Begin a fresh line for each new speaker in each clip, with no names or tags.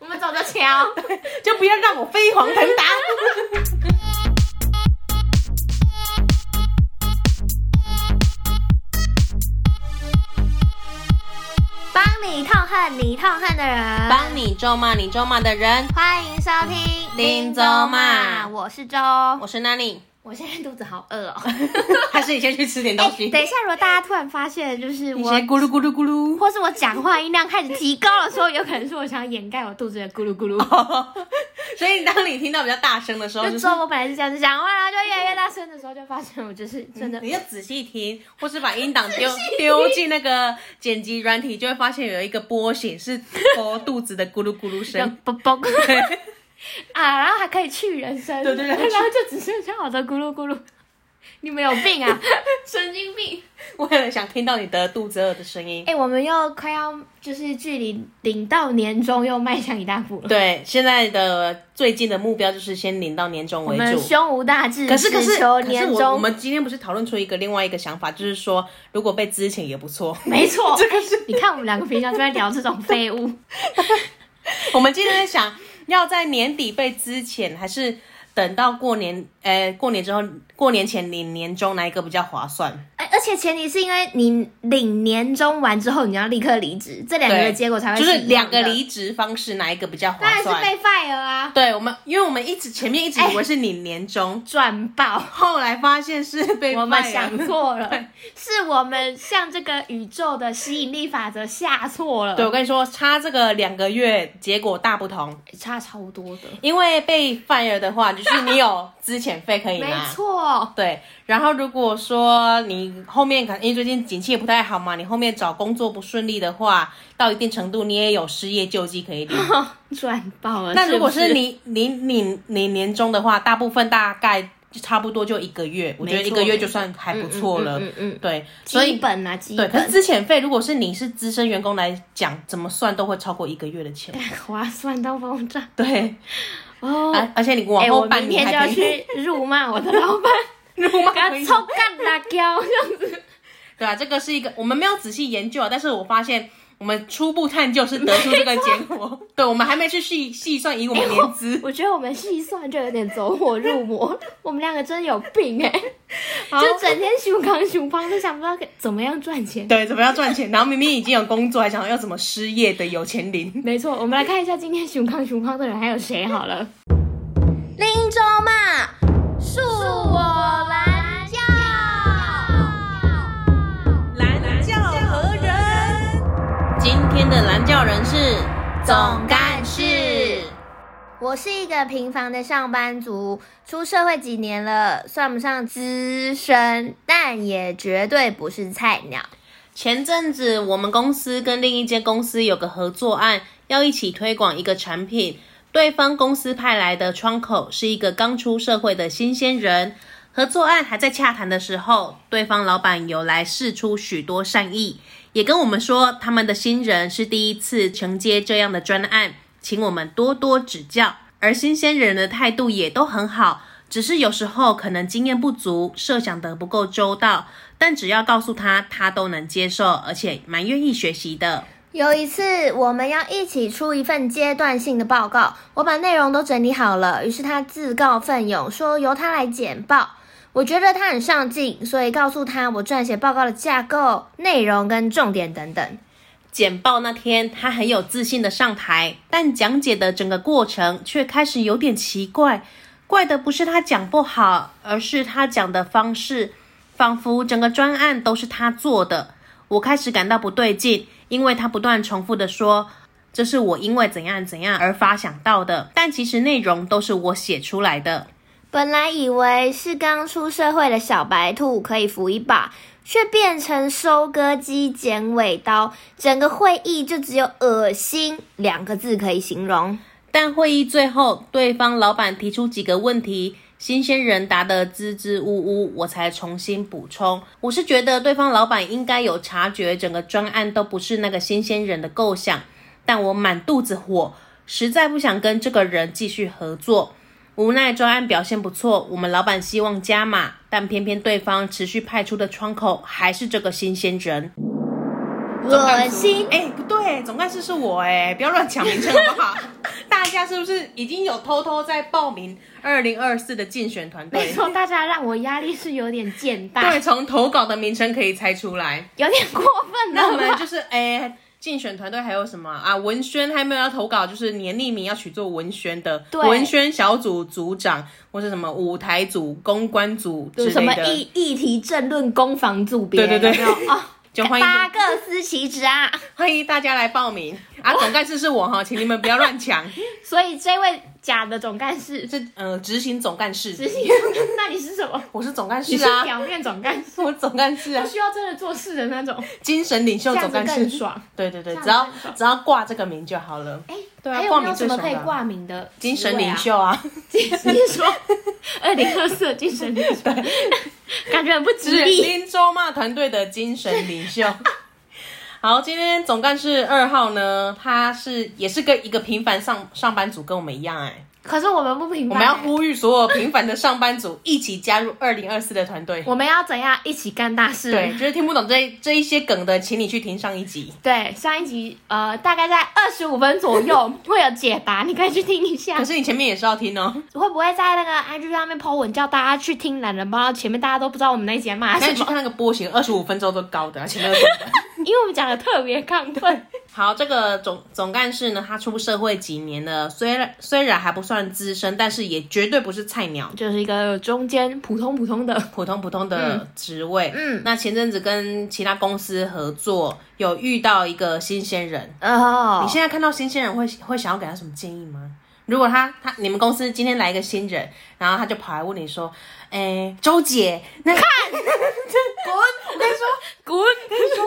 着瞧。
就不要让我飞黄腾达。
帮你痛恨你痛恨的人，
帮你咒骂你咒骂的人，
欢迎收听
林州骂
我是周。
我是 Nani。
我现在肚子好饿 哦。
还是你先去吃点东西。
等一下，如果大家突然发现就是哎
你
我，
先咕噜咕噜咕噜。
或是我讲话音量开始提高的时候，有可能是我想要掩盖我肚子的咕噜 咕噜。
所以当你听到比较大声的时候，
就
就
之
是
后我哦本来是这样子讲话，然后就越来越大声的时候，就发现我就是真的
你要仔细听，或是把音档 丢丢进那个剪辑软体，就会发现有一个波 形是播肚子的咕噜咕噜
就
声。
嘣 嘣
对
啊，然后还可以去人参，
对对对
然后就只剩下我的咕噜咕噜。你们有病啊， 神经病！
我很想听到你的肚子饿的声音。
哎、我们又快要就是距离领到年终又迈向一大步了。
对，现在的最近的目标就是先领到年终
我
为
们
主。
胸无大志，
可是可是
只求
可是
年
我我
终，
们今天不是讨论出一个另外一个想法，就是说如果被之前也不错。
没错，
这个是
你看我们两个平常就在聊这种废 物，
我们今天在想要在年底被之前，还是等到过年？呃，过年之后，过年前领年终哪一个比较划算？
哎，而且前提是因为你领年终完之后，你要立刻离职，这两个的
对
结果才会
就是
一样
两
的
个，离职方式哪一个比较
当
划
然是
算？
被哎 fire 啊，
对我们，因为我们一直前面一直以为是领年终，
赚爆。
后来发现是被
我们
fire
想错了，是我们向这个宇宙的吸引力法则下错了，
对，我跟你说，差这个两个月，结果大不同。
差超多的，
因为被 fire 的话，就是你有资遣费可以
没
拿。
错，
对，然后如果说你后面可能因为最近景气也不太好嘛，你后面找工作不顺利的话，到一定程度你也有失业救济可以领。
赚爆了。
那如果
呃不
是你你你你年终的话，大部分大概就差不多就一个月，我觉得
没
一
错
个月就算还不错了。
嗯嗯嗯嗯嗯
对，所
基
以
本啊，基
对，可
本
是资遣费如果是你是资深员工来讲，怎么算都会超过一个月的钱。
划算到爆炸
对，
哦。
而而且你往
哎、
后
我
半
明
年
天就要
还可以
去辱骂我的老板，
入
给他
吗？
臭干辣椒 这样子。
对啊，这个是一个我们没有仔细研究啊，但是我发现我们初步探究是得出这个结 果。对，我们还没去细细算以我们年资。
我觉得我们细算就有点走火入魔，我们两个真的有病哎、
好
就整天熊扛熊胖，就想不到怎么样赚钱。
对，怎么样赚钱？然后明明已经有工作，还想要怎么失业的有钱领。
没错，我们来看一下今天熊康熊康的人还有谁好了。林州嘛，恕我蓝教。
蓝教何人？今天的蓝教人是
总干事。我是一个平凡的上班族，出社会几年了，算不上资深，但也绝对不是菜鸟。
前阵子我们公司跟另一间公司有个合作案，要一起推广一个产品。对方公司派来的窗口是一个刚出社会的新鲜人。合作案还在洽谈的时候，对方老板有来试出许多善意，也跟我们说他们的新人是第一次承接这样的专案，请我们多多指教。而新鲜人的态度也都很好，只是有时候可能经验不足，设想的不够周到，但只要告诉他，他都能接受，而且蛮愿意学习的。
有一次，我们要一起出一份阶段性的报告，我把内容都整理好了，于是他自告奋勇说由他来简报。我觉得他很上进，所以告诉他我撰写报告的架构、内容跟重点等等。
简报那天，他很有自信的上台，但讲解的整个过程却开始有点奇怪。怪的不是他讲不好，而是他讲的方式，仿佛整个专案都是他做的。我开始感到不对劲，因为他不断重复的说：“这是我因为怎样怎样而发想到的。”但其实内容都是我写出来的。
本来以为是刚出社会的小白兔可以扶一把，却变成收割机、剪尾刀，整个会议就只有恶心两个字可以形容。
但会议最后，对方老板提出几个问题，新鲜人答得支支吾吾，我才重新补充。我是觉得对方老板应该有察觉，整个专案都不是那个新鲜人的构想，但我满肚子火，实在不想跟这个人继续合作。无奈专案表现不错，我们老板希望加码，但偏偏对方持续派出的窗口还是这个新鲜人。
恶心
哎、不对，总干事是我哎、不要乱抢名称好不好？大家就是已经有偷偷在报名二零二四的竞选团
没
队。
错，大家让我压力是有点渐大，
对，从投稿的名称可以猜出来。
有点过分了吧。
那我们就是哎，竞、选团队还有什么啊？文宣还没有要投稿，就是年历名要取作文宣的，
对
文宣小组组长或是什么舞台组、公关组之
有
类的。
什么议议题政论攻防组别？
对对对
有没有哦，
就欢迎
八各司其职啊！
欢迎大家来报名 啊！总干事是我哈，请你们不要乱抢，
所以这位假的总干事，
是呃执行总干事，
执行，那你是 什么？
我是总干
你
事
是
啊，
表面总干 事，
我总干事啊
不，需要真的做事的那种，
精神领袖
这样
总
子
干
更
事，啊
爽。
对对对，
这样
只要
子更爽
只要挂这个名就好了，
哎，
对啊
还有
挂
没
名
有什
最
么
爽
可以
的啊
挂名的职位啊？
精神领袖啊，
你说二零二四精神领袖，感觉很不吉
是
利。
林州骂团队的精神领袖。 好，今天总干事二号呢，他是也是跟一个平凡上上班族，跟我们一样哎、
可是我们不平
我
凡，
们要呼吁所有平凡的上班族一起加入二零二四的团队。
我们要怎样一起干大事？
对，就是听不懂这这一些梗的，请你去听上一集。
对，上一集呃大概在二十五分左 右会有解答，你可以去听一下
可。是你前面也是要听哦，
会不会在那个 IG 上面 po 文叫大家去听懒人包？前面大家都不知道我们那一集在骂
那
什
你去
么，
看那个波形，二十五分钟都高的，前面都高的。
因为我们讲的特别亢奋。
好，这个总总干事呢，他出社会几年了，虽然虽然还不算资深，但是也绝对不是菜鸟，
就是一个中间普通普通的，
普通普通的职位。
嗯
那前阵子跟其他公司合作，有遇到一个新鲜人。
哦，
你现在看到新鲜人会会想要给他什么建议吗？如果他他你们公司今天来一个新人，然后他就跑来问你说：“哎、周姐，那 看滚！”我跟你说，
滚！
跟你说，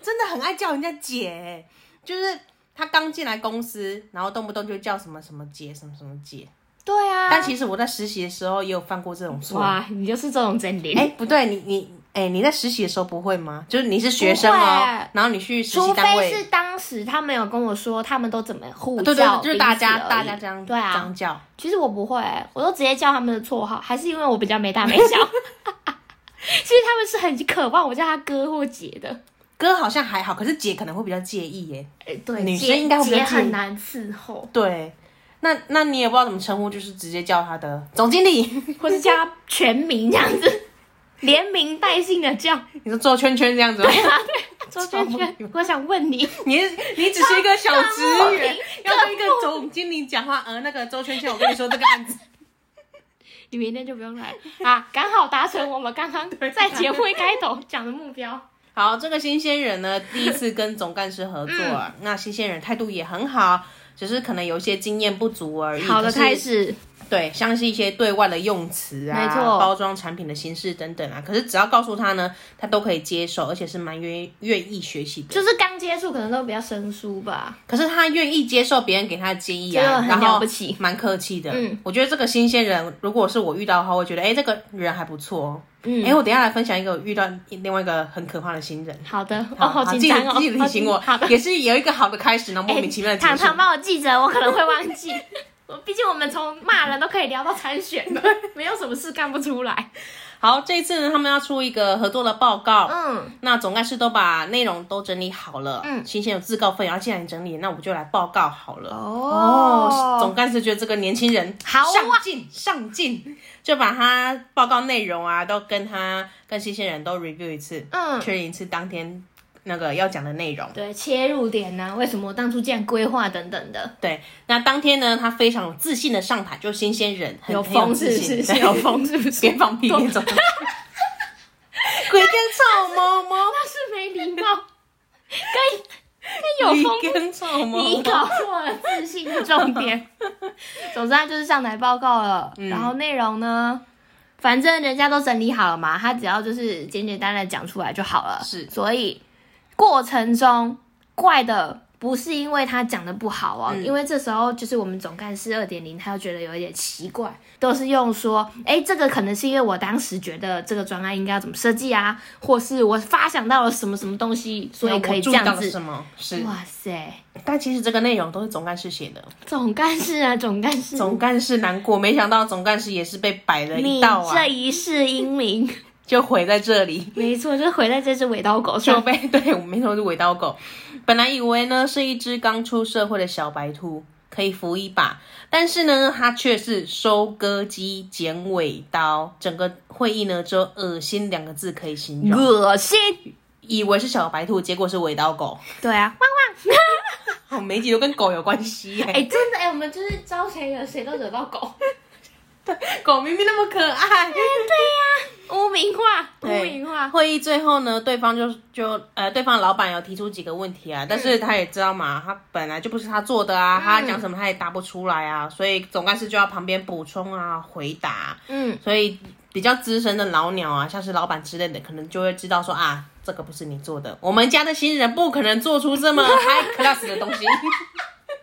真的很爱叫人家姐、就是他刚进来公司，然后动不动就叫什么什么姐，什么什么姐。
对啊，
但其实我在实习的时候也有犯过这种错。
哇，你就是这种真理。
哎、不对，你你哎、你在实习的时候不会吗？就是你是学生
不
哦
会，
然后你去实习
除
单
非
位，
是当时他们有跟我说他们都怎么互叫
对对对，就是大
彼此
家
而已
大家这样
对
这
啊
样。叫。
其实我不会、我都直接叫他们的绰号，还是因为我比较没大没小。 其实他们是很渴望我叫他哥或姐的。
哥好像还好，可是姐可能会比较介意耶。
哎，对，
女生
姐
应该会比较
姐
介意
很难伺候，
对，那那你也不知道怎么称呼，就是直接叫他的总经理。
或是叫他全名这样子，连名带姓的叫。
你说做圈圈这样子吗？
周圈圈，我想问你，
你你只是一个小
哦
职员，
他
要
他
跟一个总经理讲话。呃，那个周圈圈，我跟你说这个 案子，
你明天就不用来了啊，刚好达成我们刚刚在节目一开头讲的目标。
好，这个新鲜人呢，第一次跟总干事合作
嗯
啊，那新鲜人态度也很好，只是可能有一些经验不足而已。
好的
可是
开始，
对，像是一些对外的用词啊，
没错
包装产品的形式等等啊，可是只要告诉他呢，他都可以接受，而且是蛮愿意愿意学习的。
就是刚接触，可能都比较生疏吧。
可是他愿意接受别人给他的建议
这个
啊，
很
然
了
后
不起
蛮客气的。
嗯，
我觉得这个新鲜人，如果是我遇到的话，我会觉得哎、这个人还不错哦。
嗯
哎、我等一下来分享一个我遇到另外一个很可怕的新人。
好的，哦，好紧
记
张
得
哦，
啊记得提醒我，
好的，
也是有一个好的开始，然后莫名其妙的结
哦糖
束。
糖帮我记着，我可能会忘记。 我毕竟我们从骂人都可以聊到参选的，没有什么事干不出来。
好，这一次呢，他们要出一个合作的报告。
嗯，
那总干事都把内容都整理好了，嗯，新鲜有自告奋勇，要既然你整理，那我就来报告好了。
哦
总干事觉得这个年轻人
好啊
上进上进，就把他报告内容啊，都跟他跟新鲜人都 review 一次，
嗯
确认一次当天那个要讲的内容。
对，切入点呢、为什么我当初这样规划等等的，
对，那当天呢，他非常有自信的上台，就新鲜人很
有
很有
风
自
是不
信，
是？
对
是有风是不是？
边放屁边走。鬼跟臭猫猫，
那是没礼貌， 跟跟有风
你跟臭猫
你
猫。
搞错了自信的重 点。总之，他就是上台报告了，然后内容呢，反正人家都整理好了嘛，他只要就是简简单单地讲出来就好了。
是
所以过程中怪的。不是因为他讲的不好哦，因为这时候就是我们总干事二点零，他又觉得有一点奇怪，都是用说，哎，这个可能是因为我当时觉得这个专案应该要怎么设计啊，或是我发想到了什么什么东西，所以可以这样子。
什么？是，
哇塞，
但其实这个内容都是总干事写的。
总干事啊，总干事，
总干事难过，没想到总干事也是被摆了一
你
道啊
这，一世英名，
就毁在这里。
没错，就毁在这只尾刀狗
就
上。
被对，我没错是尾刀狗。本来以为呢是一只刚出社会的小白兔，可以扶一把，但是呢，他却是收割机、剪尾刀。整个会议呢，只有恶心两个字可以形容，
恶心。
以为是小白兔，结果是尾刀狗。
对啊，汪汪。
哦，每一集都跟狗有关系耶、
哎、真的哎、我们就是招谁惹谁都惹到狗，
哎狗明明那么可爱。
污名化，污
对
名化。
会议最后呢，对方就就呃，对方老板有提出几个问
嗯
题啊，但是他也知道嘛，他本来就不是他做的啊，他讲什么他也答不出来啊，所以总干事就要旁边补充啊，回答。
嗯，
所以比较资深的老鸟啊，像是老板之类的，可能就会知道说啊，这个不是你做的，我们家的新人不可能做出这么 high class 的东西。
无可能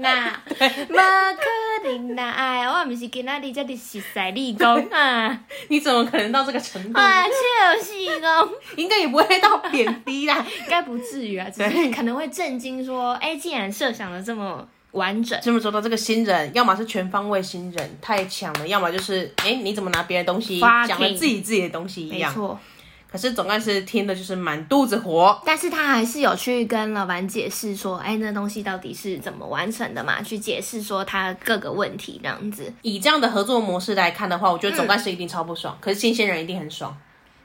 啦，无可能啦！哎，我毋是今仔日才伫实在你 讲啊，
你怎么可能到这个程度？
啊，笑死讲，
应该也不会到贬低啦。
应该不至于啊，只是可能会震惊说，哎、竟然设想的这么完整，
这么说到这个新人，要么是全方位新人太强了，要么就是哎你怎么拿别人的东西
Fucking
讲了自己自己的东西一
没
样。
错。
可是总干事听的就是满肚子火，
但是他还是有去跟老板解释说，哎、那东西到底是怎么完成的嘛？去解释说他各个问题这样子。
以这样的合作模式来看的话，我觉得总干事一定超不爽，可是新鲜人一定很爽。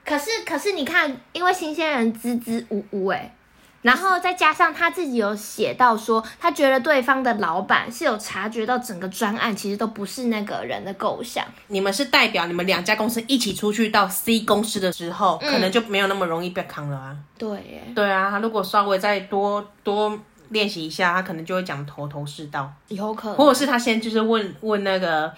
可是可是你看，因为新鲜人支支吾吾哎、然后再加上他自己有写到说，他觉得对方的老板是有察觉到整个专案其实都不是那个人的构想，
你们是代表你们两家公司一起出去到 C 公司的时候，可能就没有那么容易被扛了啊。
对耶，
嗯对啊，他如果稍微再多多练习一下，他可能就会讲头头是道，
有可能
或者是他先就是问问那个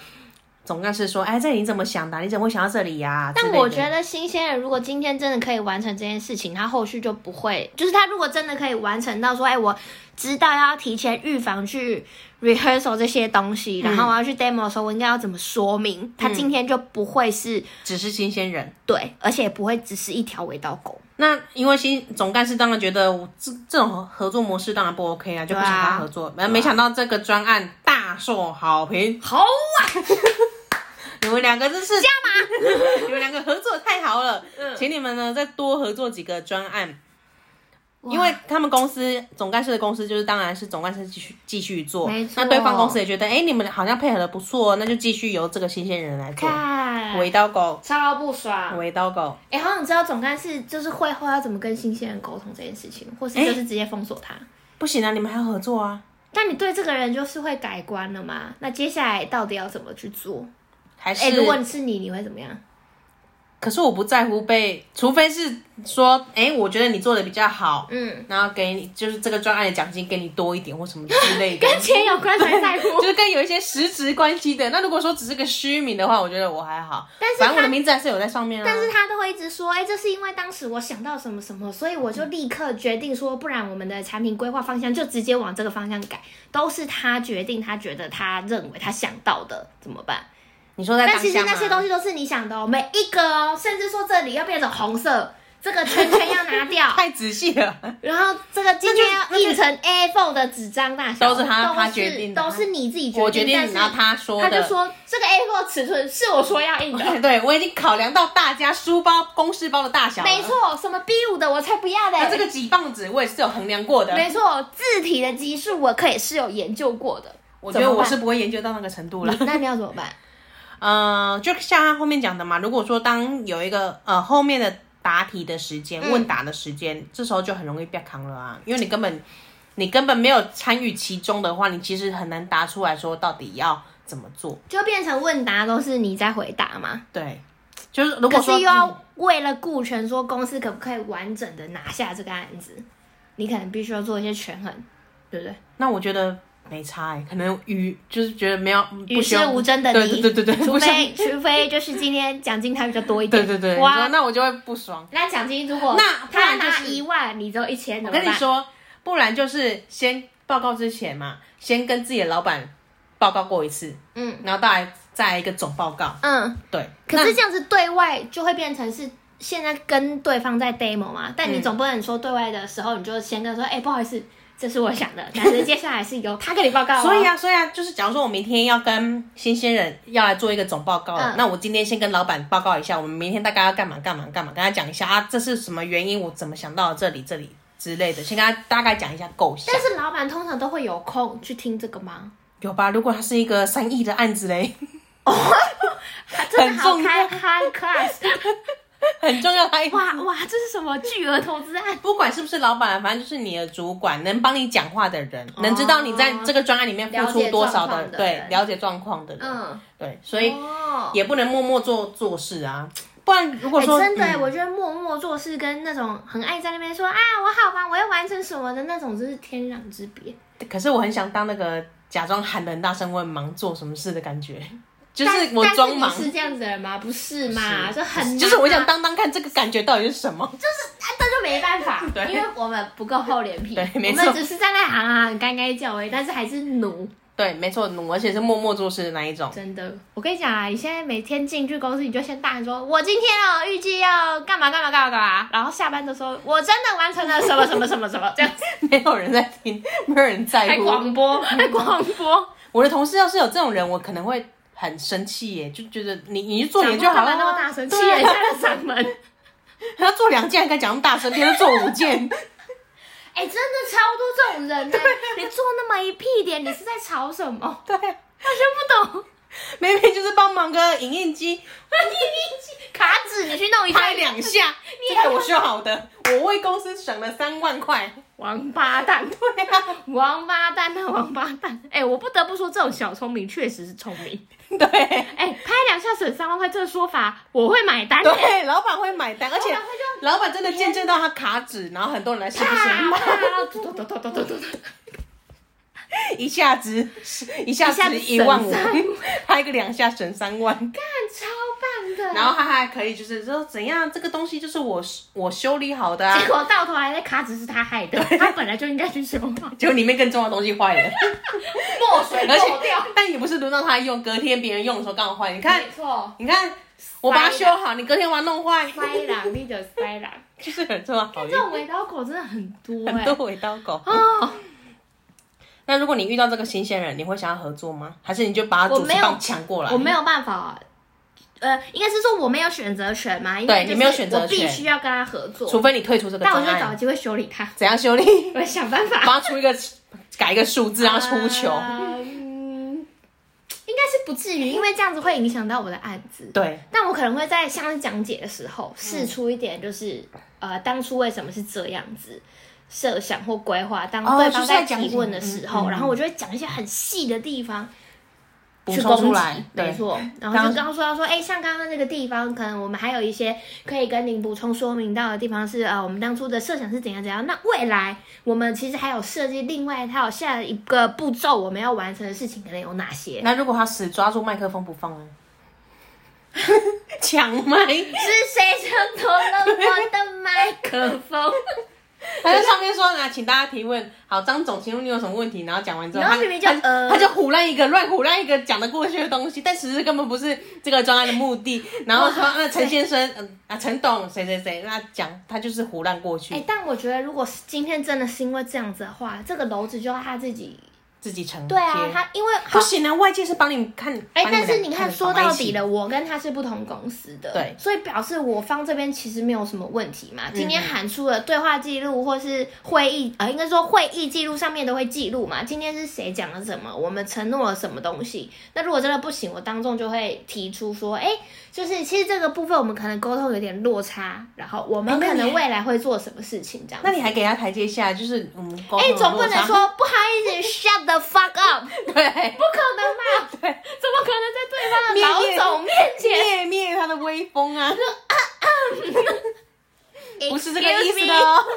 总干事说，哎，这你怎么想的啊？你怎么会想到这里呀、
但我觉
得
得新鲜人如果今天真的可以完成这件事情，他后续就不会，就是他如果真的可以完成到说，哎、我知道要提前预防去 rehearsal 这些东西，然后我要去 demo 的时候，我应该要怎么说明？他今天就不会是、
只是新鲜人。
对，而且也不会只是一条尾刀狗。
那因为新总干事当然觉得我这这种合合作模式当然不 OK 啊，就不想跟他合作。没想到这个专案大受好评，
好啊，
你们两个真是加 码，你们两个合作太好了，
嗯
请你们呢再多合作几个专案，因为他们公司总干事的公司就是当然是总干事继续继续做
没错，
那对方公司也觉得哎、诶你们好像配合的不错，那就继续由这个新鲜人来做。
哎 看
围刀狗，
超啊不爽。
围刀狗，
哎、好想知道总干事就是会后要怎么跟新鲜人沟通这件事情，或是就是直接封锁他。
不行啊，你们还要合作啊，
但你对这个人就是会改观了嘛？那接下来到底要怎么去做？
还是？
哎、如果你是你，你会怎么样？
可是我不在乎被，除非是说，哎、我觉得你做的比较好，
嗯，
然后给你就是这个专案的奖金给你多一点或什么之类 的，
跟钱有关才在乎
就。是跟有一些实质关系的。那如果说只是个虚名的话，我觉得我还好。
但是
反正我
他
的名字还是有在上面啊。
但是他都会一直说，哎、这是因为当时我想到什么什么，所以我就立刻决定说，不然我们的产品规划方向就直接往这个方向改，都是他决定，他觉得他认为他想到的，怎么办？
你说在
但
当
其实
下吗
那些东西都是你想的哦，每一个哦，甚至说这里要变成红色，这个圈圈要拿掉，
太仔细了，
然后这个今天要印成 A4 的纸张大小，
都是他
都
他决定的
都是你自己决定，
我决定
但是
拿他说
他
的。
就说这个 A4 尺寸是我说要印的。
对 对，我已经考量到大家书包、公事包的大小了。
没，错，什么 B 五的我才不要嘞、
那这个几磅纸我也是有衡量过 的。
没错，字体的级数我可以是有研究过的。
我觉得我是
怎么
不会研究到那个程度了
办，。那你要怎么办？
呃，就像他后面讲的嘛，如果说当有一个呃后面的答题的时间、
嗯
问答的时间，这时候就很容易被扛了啊，因为你根本你根本没有参与其中的话，你其实很难答出来说到底要怎么做。
就变成问答都是你在回答嘛？
对，就是如
可
果
是
说嗯
又要为了顾全说公司可不可以完整的拿下这个案子，你可能必须要做一些权衡，对不对？
那我觉得。没差、欸，可能与就是觉得没有嗯
与
不
世
需要
无争的
对
你，
对对对对，
除
不需要
非 除非就是今天奖金他比较多一
对
点，
对对，你说
哇，
那我就会不爽。
那奖金如果
那不
他
然就
拿
是
一万，你只有一千，
我
怎么
跟你
办？
说，不然就是先报告之前嘛，先跟自己的老板报告过一次，
嗯
然后再来再来一个总报告。
嗯，
对，
可是这样子对外就会变成是现在跟对方在 demo 嘛，但
嗯
你总不能说对外的时候你就先跟他说，哎、不好意思，这是我想的，但是接下来是由他跟你报告、
那
哦。
所以啊，所以啊，就是假如说我明天要跟新鲜人要来做一个总报告了，
嗯
那我今天先跟老板报告一下，我们明天大概要干嘛干嘛干嘛，跟他讲一下啊，这是什么原因，我怎么想到了这里这里之类的，先跟他大概讲一下构想
但。是老板通常都会有空去听这个吗？
有吧？如果它是一个三亿的案子嘞，
他真的好
很重
开
要
high class，
很重要。它
哇哇，这是什么巨额投资案？
不管是不是老板，反正就是你的主管，能帮你讲话的人，
哦
能知道你在这个专案里面付出多少
了解状况的
对
人
了解状况的人，
嗯，
对，所以
哦
也不能默默做做事啊，不然如果
哎
说、
真的、
嗯
我觉得默默做事跟那种很爱在那边说啊我好忙，我要完成什么的那种，真是天壤之别。
可是我很想当那个假装喊得很大声，我很忙做什么事的感觉，就是
但
我装忙
但是，你是这样子的人吗？不是嘛，这很难啊
就是我想当当看这个感觉到底是什么。
啊，但就没办法，
对
因为我们不够厚脸皮，
对没
我
错
们只是在啊那行行干干叫而已，但是还是奴，
对，没错，努而且是默默做事的那一种。
真的。我跟你讲啊，你现在每天进去公司，你就先大声说，我今天哦预计要干嘛干嘛干嘛干嘛， 然后下班的时候，我真的完成了什么什么什么什么，这样子
没有人在听，没有人在
还
乎。
广播，还广播，
我的同事要是有这种人，我可能会很生气耶，就觉得你你去做你的就好
讲话
了。
干嘛那么大声，气
对
人
啊
下了嗓门。
他做两件还敢讲那么大声，别人做五件，
哎、真的超多这种人呢、你做那么一屁点，你是在吵什么？
对啊，
完全不懂。
明明就是帮忙个影印机
卡纸，你去弄一下
拍两下，这个我修好的，我为公司省了三万 块。
王八蛋，对啊， 王八蛋啊，王八蛋！哎、我不得不说，这种小聪明确实是聪明。
对。
哎、拍两下省三万块这个说法，我会买 单、欸。
对，老板会买单，而且
老板会说
老板真的见证到他卡纸，然后很多人来是不
啪
是？
啪，嘟嘟嘟嘟嘟嘟嘟嘟，
一下子一下
一下
子
子
一万五
省三万，
拍个两下省三万，
看超棒的。
然后他还可以就是说怎样，这个东西就是我我修理好的啊
结，果到头来，那卡纸是他害的，他本来就应该去修嘛，
结果里面更重要的东西 坏了，
墨水
而且
漏掉。嗯
但也不是轮到他用，隔天别人用的时候刚好坏，你看
没错，
你看我把它修好，你隔天把它弄坏，
塞狼，你就塞狼。
就是很 重要好
这种尾刀狗真的很多哎、
很多尾刀狗。
哦，
那如果你遇到这个新鲜人，你会想要合作吗？还是你就把他
我
主持
没有
棒抢过来？
我没有办法，呃，应该是说我没有选择权嘛，因为
对
就是
你没有选择权
我必须要跟他合作，
除非你退出这个
但我
专
就会找
案，
机会修理他，
怎样修理？
我会想办法
帮他出一个改一个数字，然后出球。
啊嗯，应该是不至于，因为这样子会影响到我的案子。
对，
但我可能会在像是讲解的时候试出一点，就是、
嗯
呃，当初为什么是这样子设想或规划。当
哦
对
就
方
是在
在
讲
提问的时候，
嗯嗯嗯
然后我就会讲一些很细的地方
补
去
充
攻
出
击
来，，
没
对，
错。然后就刚刚说到说，哎、像刚刚那个地方，可能我们还有一些可以跟您补充说明到的地方是，呃，我们当初的设想是怎样怎样。那未来我们其实还有设计另外一套下一个步骤，我们要完成的事情可能有哪些？
那如果他死抓住麦克风不放呢？ 抢麦，
是谁抢夺了我的麦克 风？
他在上面说呢，请大家提问。好，张总，请问你有什么问题？然后讲完之后，
然后
他
明明就
他
呃
他就胡乱一个乱胡乱一个讲得过去的东西，但其实根本不是这个专案的目的。然后说，
哇
那陈先生，嗯啊，陈董，谁谁谁，那讲他就是胡乱过去，
哎、但我觉得如果是今天真的是因为这样子的话，这个楼子就要他自己。
自己承接。
对啊，他因为
不行啊，外界是帮你看。
哎、
帮
但
们
是
俩
你看，
得
说
绑在
到
一起
底了，我跟他是不同公司的，
对
所以表示我方这边其实没有什么问题嘛。今
嗯
天喊出了对话记录或是会议，呃，应该说会议记录上面都会记录嘛。今天是谁讲了什么，我们承诺了什么东西。那如果真的不行，我当众就会提出说，哎、就是其实这个部分我们可能沟通有点落差，然后我们
哎那
可
你
能
还
未来会做什么事情这样子。
那你还给他台阶下，就是嗯，沟
哎、
通的
总不
落
能
差
说不好意思 ，shut the fuck up，
对
不可能嘛？对，怎么可能在对方的
面面
老总面前？
灭灭他的威风啊，不是这个意思
Excuse
的哦，
me,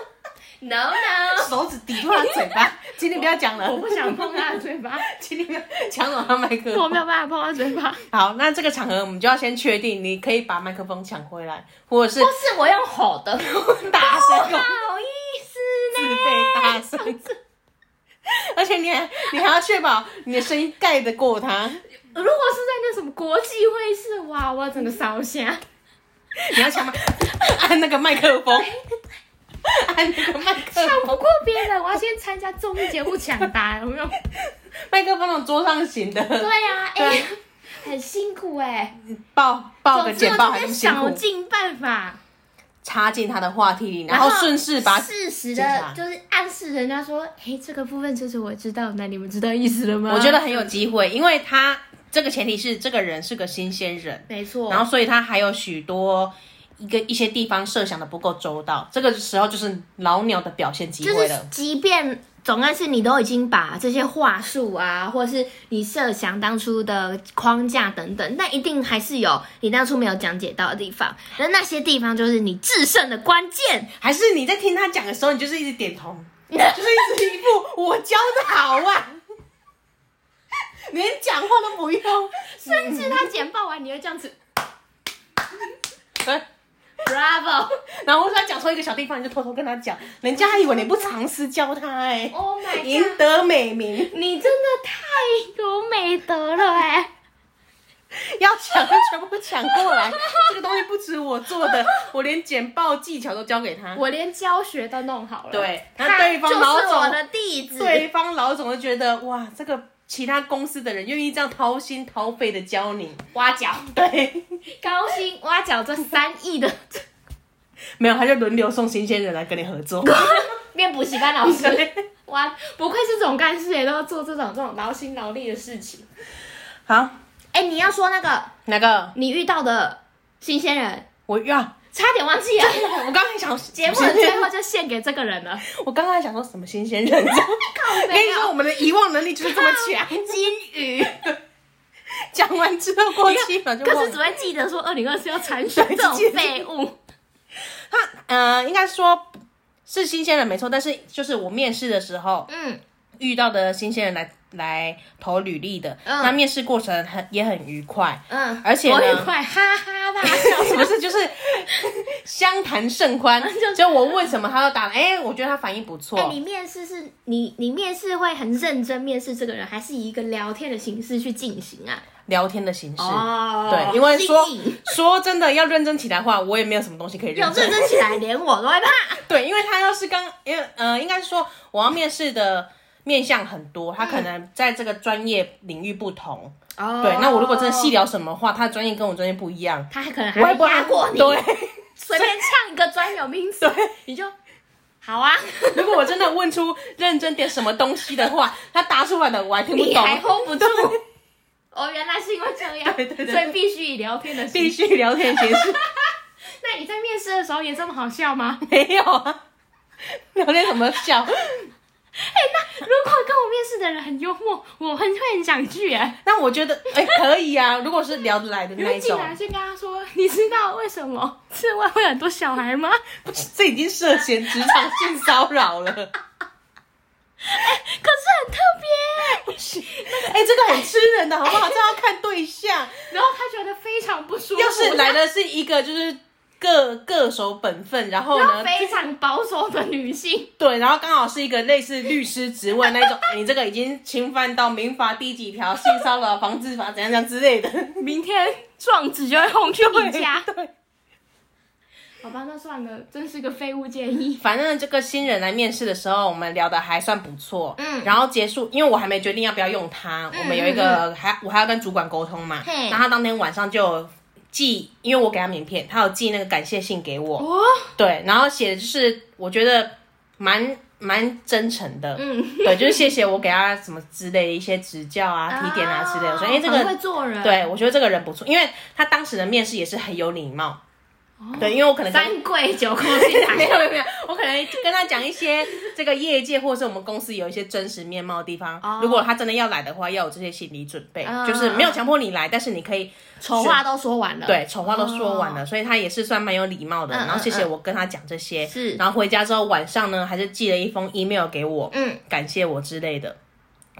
No no，
手指抵住他的嘴巴，请你不要讲
我
了，
不想碰他的嘴巴，
请你不要抢走他麦克
我
风
没。有办法碰他嘴巴。
好，那这个场合我们就要先确定，你可以把麦克风抢回来，或者是
不是我用吼的，
大声
不
用
好意思
自
呢。
备大 声，而且你还你还要确保你的声音盖得过他，
如果是在那什么国际会议室，哇，我整个烧香。
你要抢麦 按那个麦克 风，按那个麦克
抢
风。
不过别人，我要先参加综艺节目抢答，有没有？
麦克风那种桌上型的，
对呀、啊，哎、很辛苦哎、
报报个
总之
简
我
报
今
还是
天
辛苦
想。尽办法。
插进他的话题里，然后顺势把
事实
检查
的，就是暗示人家说，哎、这个部分就是我知道，那你们知道意思了吗？
我觉得很有机会，因为他这个前提是这个人是个新鲜人，
没错。
然后所以他还有许多一个一些地方设想的不够周到，这个时候就是老鸟的表现机
就
会
是
了。
即便总干事你都已经把这些话术啊，或是你设想当初的框架等等，但一定还是有你当初没有讲解到的地方。那那些地方就是你制胜的关键。
还是你在听他讲的时候，你就是一直点 头，就是一直一副我教的好啊， 连讲话都不用，
甚至他简报完，你会这样子
对。
，Bravo！
哎然后他讲错一个小地方，你就偷偷跟他讲，人家还以为你不尝试教他哎、
Oh my
赢得美 名，
你真的太有美德了哎、
要抢就全部抢过来。这个东西不止我做的，我连简报技巧都教给 他。
我连教学都弄好了。
对那
他
对方
就是
老总
我的弟子。
对方老总就觉得哇，这个其他公司的人愿意这样掏心掏肺的教你，
挖角，
对，
高薪挖角这三亿的
没有他就轮流送新鲜人来跟你合作。
变补习班老师。
对
哇，不愧是总干事也都要做这种这种劳心劳力的事情。
好，
哎、你要说那个
哪个？
你遇到的新鲜人，
我呀，
差点忘记了。
我刚才想
节目的最后就献给这个人了，
我刚才想说什么新鲜人？
啊
我跟你说，我们的遗忘能力就是这么强。
金鱼，
讲完之后过七秒 就
可
忘
是只
了。
会记得说哦二零二四要参选
对
这种
记得
废物。
他呃，应该说是新鲜人没错，但是就是我面试的时候
嗯，
遇到的新鲜人来来投履历的，
嗯
那面试过程很也很愉快，
嗯
而且
我
呢
愉快，哈哈大笑。
是不是就是 相谈 甚欢？就我问什么他都答，哎、我觉得他反应不错。
哎、你面试是你你面试会很认真面试这个人，还是以一个聊天的形式去进行啊？
聊天的形式。
哦
对，因为说
新颖
说真的，要认真起来的话，我也没有什么东西可以
有
认真
认。真起来，连我都会怕。
对，因为他要是刚，因为呃，应该说我要面试的面向很多，他可能在这个专业领域不同。
哦
对，那我如果真的细，聊什么话，他的专业跟我专业不一样，
他还可能
我也
还
不
会
知道
压过你，
对，
随便唱一个专有名词，你就好 啊，
如果我真的问出认真点什么东西的话，他答出来的我还听不
你
懂，
还 hold 不住。哦，原来是因为这样，
对对对
所以必须以聊天的
必
形式。
须聊天形式
那你在面试的时候也这么好笑吗？
没有啊。 聊天怎么笑？
哎、那如果跟我面试的人很幽默，我很会很想去哎、
那我觉得，哎、可以啊。如果是聊得来的
你
那
会
一
进
种，
来先跟他说，你知道为什么 室外会有很多小孩吗？ 可
这已经涉嫌职场性骚扰了。哎
是很特别。
哎、这个很吃人的好不好？这要看对象。
然后他觉得非常不舒服，
要是来的是一个就是各各守本分，然后
然后
呢，
非常保守的女性，
对，然后刚好是一个类似律师职位那一种， 哎你这个已经侵犯到民法第几条、性骚扰防治法怎样怎样之类的，
明天壮子就会轰去你家。
对。对
好吧，那算了，真是个废物建议。
反正这个新人来面试的时候，我们聊的还算不错。
嗯
然后结束，因为我还没决定要不要用它，我们有一个还我还要跟主管沟通嘛。
嗯嘿
然后他当天晚上就有寄，因为我给他名片，他有寄那个感谢信给我。
哦，
对，然后写的就是我觉得蛮蛮真诚的。
嗯，
对，就是谢谢我给他什么之类的一些指教啊、提点啊之类的。我说，哎、这个
很会嗯做人，，
对，我觉得这个人不错，因为他当时的面试也是很有礼貌。对，因为我可能 跟
哦三跪九叩进
没
来。
有没有没有，我可能跟他讲一些这个业界或者是我们公司有一些真实面貌的地方。
哦
如果他真的要来的话，要有这些心理准备，
嗯
就是没有强迫你来，但是你可以
丑话都说完了，
对，丑话都说完了，所以他也是算蛮有礼貌的。
哦嗯
然后谢谢
嗯
我跟他讲这些，
是
然后回家之后晚上呢，还是寄了一封 email 给我，
嗯，
感谢我之类的。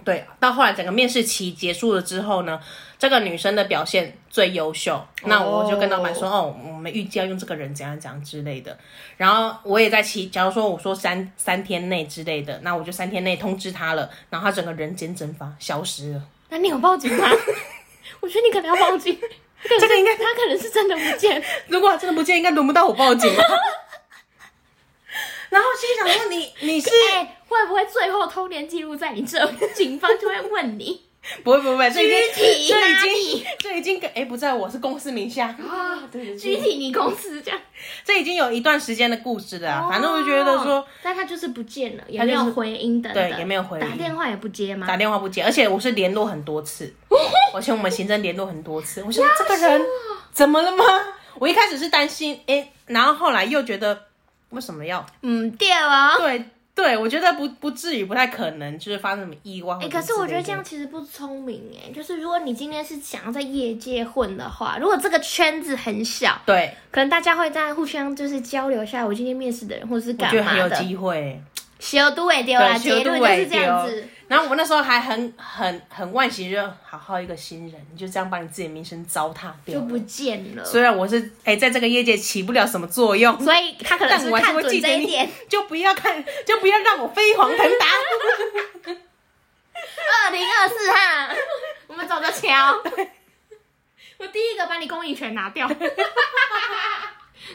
对，到后来整个面试期结束了之后呢，这个女生的表现最优秀，那我就跟老板说，哦，我们预计要用这个人怎样怎样之类的。然后我也在期，假如说我说三三天内之类的，那我就三天内通知他了，然后他整个人间蒸发，消失了。
那你有报警 吗？我觉得你可能要报警，这
这个应该
他可能是真的不见。
如果真的不见，应该轮不到我报警吧。 然后心想说你你是
哎、会不会最后通联记录在你这？警方就会问你，
不会不会不会，这已
具体
经这
拉
已
力
经这已经哎、不在我是公司名下，
啊，
对对
具体你公司这样。
这已经有一段时间的故事了啊、反正我觉得说
哦，但他就是不见了，也
他
没
就是
有回音等等，
对也没有回音
打电话也不接吗？
打电话不接，而且我是联络很多次，
哦
我请我们行政联络很多次。我想这个人怎么了吗？我一开始是担心，哎、然后后来又觉得为什么要？
嗯，对了。
对对，我觉得不不至于，不太可能，就是发生什么意外或
哎、
者之类的。
可是我觉得这样其实不聪明哎、就是如果你今天是想要在业界混的话，如果这个圈子很小，
对，
可能大家会在互相就是交流一下我今天面试的人或者是
我
干
觉得
嘛
很有
的，
机会。
修都也丢啦，
对
结
修都
论
会
就是这样子。
然后我那时候还很很很惋惜，就好好一个新人，你就这样把你自己的名声糟蹋掉
就
了。
不见了。
虽然我是哎、在这个业界起不了什么作用，
所以他可能
但
是
我还是
看
会
准
记得
这一
你
点。，
就不要看，就不要让我飞黄腾达。
二零二四哈，我们走着瞧。我第一个把你公益权拿掉。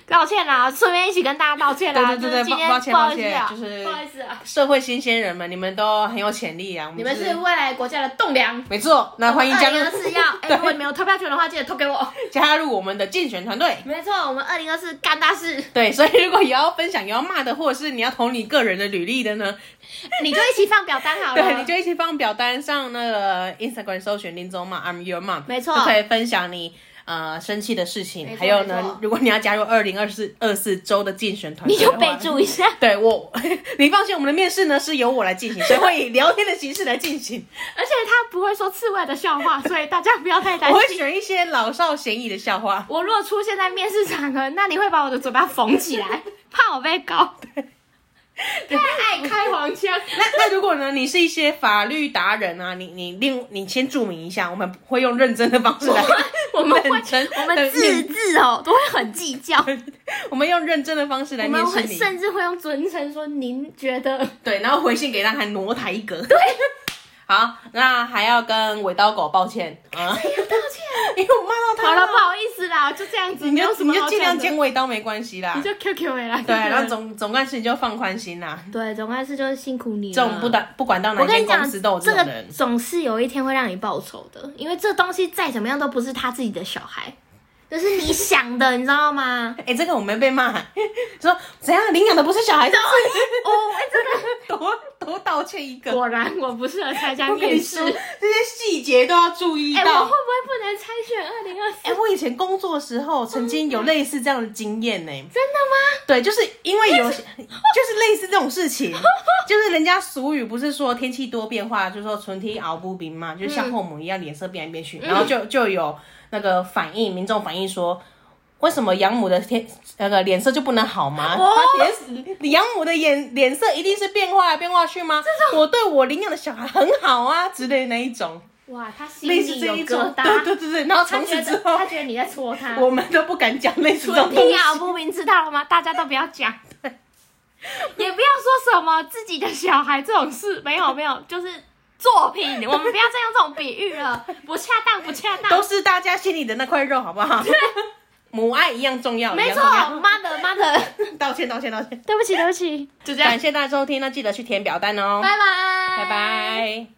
道歉啦，顺便一起跟大家道歉啦。
对对对
就是今天
抱抱歉
不好意思啊，
抱歉就是
不好意思啊。
社会新鲜人们，你们都很有潜力啊！我
你
们
们是未来国家的栋梁。
没错，那欢迎加
二
入
零二四要，哎、如果你们有投票权的话，记得投给我。
加入我们的竞选团队。
没错，我们二零二四干大事，
对，所以如果也要分享、也要骂的，或者是你要投你个人的履历的呢，
你就一起放表单好了。啊
对，你就一起放表单上那个 Instagram 搜寻林总嘛，I'm your mom，
没错
就可以分享你呃生气的事情，
没错
还有
没错
呢，如果你要加入二零二四二四周的竞选团
你
队的
就
话，
备注一下。
对我， 你放心，我们的面试呢是由我来 进行，所以会以聊天的形式来进行。
而且他不会说刺猬的笑话，所以大家不要太担
我
心。
会选一些老少咸宜的笑 话。
我如果出现在面试场合，那你会把我的嘴巴缝起来， 怕我被告。太爱开黄腔，
那那如果呢，你是一些法律达人啊，你你另你先注明一下，我们会用认真的方式 来，
我们会
认真，
我们字字哦都会很计较，
我们用认真的方式来
我
面
们
试
会
你，
甚至会用尊称说您觉得。
对，然后回信给他还挪他一格，对。 好，那还要跟尾刀狗 抱歉啊，
哎道歉，
因为我骂到
好
他
了，不好意思啦，就这样子，
啊你
没有
就
什
你
么
就
好
尽量
讲的
剪，尾刀没关系啦
你，就 QQ 哎啦，
对，然后
总
总总干事你就放宽心啦。
对总干事就是辛苦你了，
这种不管不管到
嗯
哪
我跟
间
你
公
讲，
司都有
这
种
个
人，
总是有一天会让你报仇的，因为这东西再怎么样都不是他自己的小孩，就是你想的，你知道 吗？
哎、这个我们被骂，说怎样领养的不是小孩子，
哦，
多多道歉一 个。
果然我不适合参加
我跟
面
你
试
说，。这些细节都要注意
哎、我会
到
不。会不能参选二零二四？
哎、我以前工作的时候曾经
嗯
有类似这样的经验呢、
真的吗？
对，就是因为
哎
有，就是类似这种 事情，就是人家俗语不是说天气多变化，就是说春天熬不冰嘛，就
嗯
像后母一样脸色变来变去，然后就就有那个反应，民众反映说。为什么养母的天那个脸色就不能好吗？
哦
她脸养母的眼脸色一定是变化来变化去吗？我对我领养的小孩很好啊之类的那一种，
哇，他心
类似
里
这
有
一
疙
种，
瘩，
对对对对。然后
他
从
觉
此
得
之后
他，觉得你在戳他。
我们都不敢讲类似这种
纯
东西
听。敖不明，知道了吗？大家都不要 讲，也不要说什么自己的小孩这种事，没有没有，就是作 品，我们不要再用这种比喻了，不恰当不恰当
都。是大家心里的那块肉，好不好？母爱一样重要，
没
一
错
样重
，mother mother，
要。道歉，道歉，道歉。
对不起对不起，就这样
感，谢大家收听，那记得去填表单哦。
拜拜
拜拜